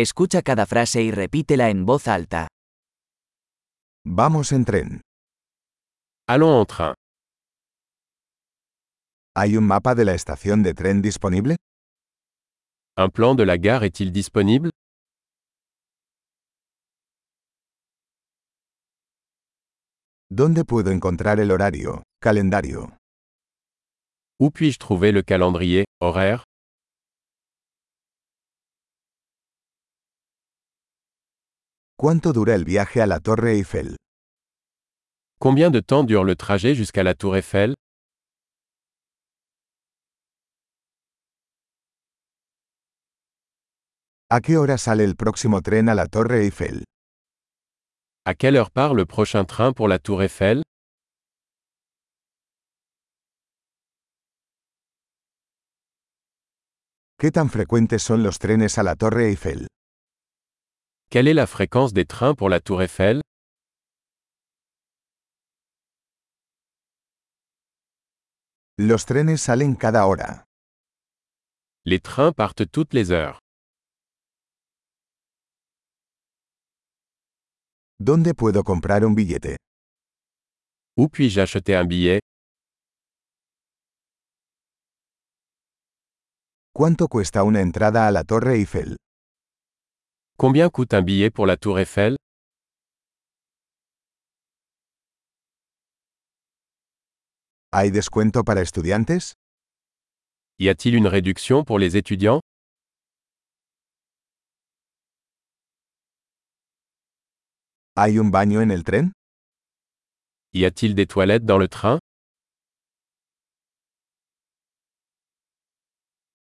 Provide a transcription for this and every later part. Escucha cada frase y repítela en voz alta. Vamos en tren. Allons en train. ¿Hay un mapa de la estación de tren disponible? Un plan de la gare est-il disponible ¿Dónde puedo encontrar el horario, calendario? Où puis-je trouver le calendrier, horaire ¿Cuánto dura el viaje a la Torre Eiffel? Combien de temps dure le trajet jusqu'à la Tour Eiffel ¿A qué hora sale el próximo tren a la Torre Eiffel? À quelle heure part le prochain train pour la Tour Eiffel ¿Qué tan frecuentes son los trenes a la Torre Eiffel? Quelle est la fréquence des trains pour la Tour Eiffel Los trenes salen cada hora. Les trains partent toutes les heures. ¿Dónde puedo comprar un billete? Où puis-je acheter un billet ¿Cuánto cuesta una entrada a la Torre Eiffel? Combien coûte un billet pour la Tour Eiffel ¿Hay descuento para estudiantes? Y a-t-il une réduction pour les étudiants ¿Hay un baño en el tren? Y a-t-il des toilettes dans le train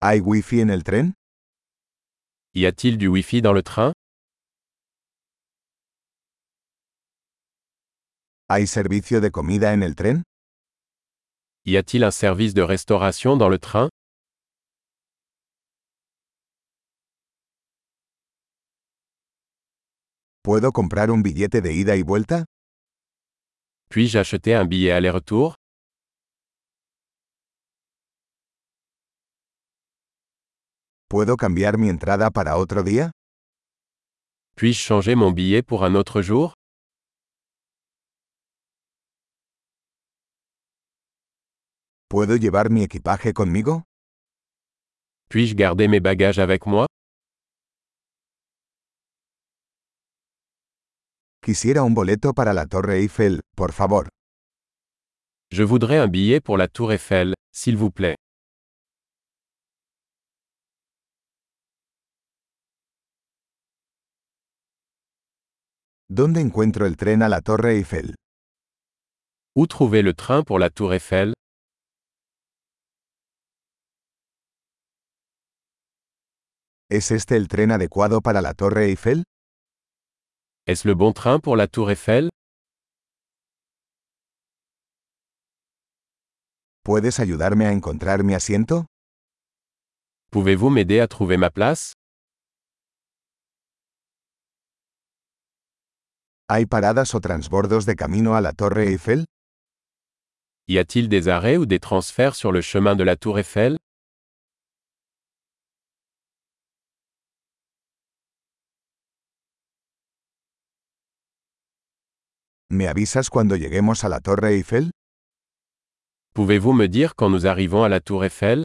¿Hay wifi en el tren? Y a-t-il du Wi-Fi dans le train ¿Hay servicio de comida en el tren? Y a-t-il un service de restauration dans le train ¿Puedo comprar un billete de ida y vuelta? Puis-je acheter un billet aller-retour ¿Puedo cambiar mi entrada para otro día? Puis-je changer mon billet pour un autre jour ¿Puedo llevar mi equipaje conmigo? Puis-je garder mes bagages avec moi Quisiera un boleto para la Torre Eiffel, por favor. Je voudrais un billet pour la Tour Eiffel, s'il vous plaît. ¿Dónde encuentro el tren a la Torre Eiffel? Où trouver le train pour la Tour Eiffel ¿Es este el tren adecuado para la Torre Eiffel? Est-ce le bon train pour la Tour Eiffel ¿Puedes ayudarme a encontrar mi asiento? Pouvez-vous m'aider à trouver ma place ¿Hay paradas o transbordos de camino a la Torre Eiffel? Y a-t-il des arrêts ou des transferts sur le chemin de la Tour Eiffel ¿Me avisas cuando lleguemos a la Torre Eiffel? Pouvez-vous me dire quand nous arrivons à la Tour Eiffel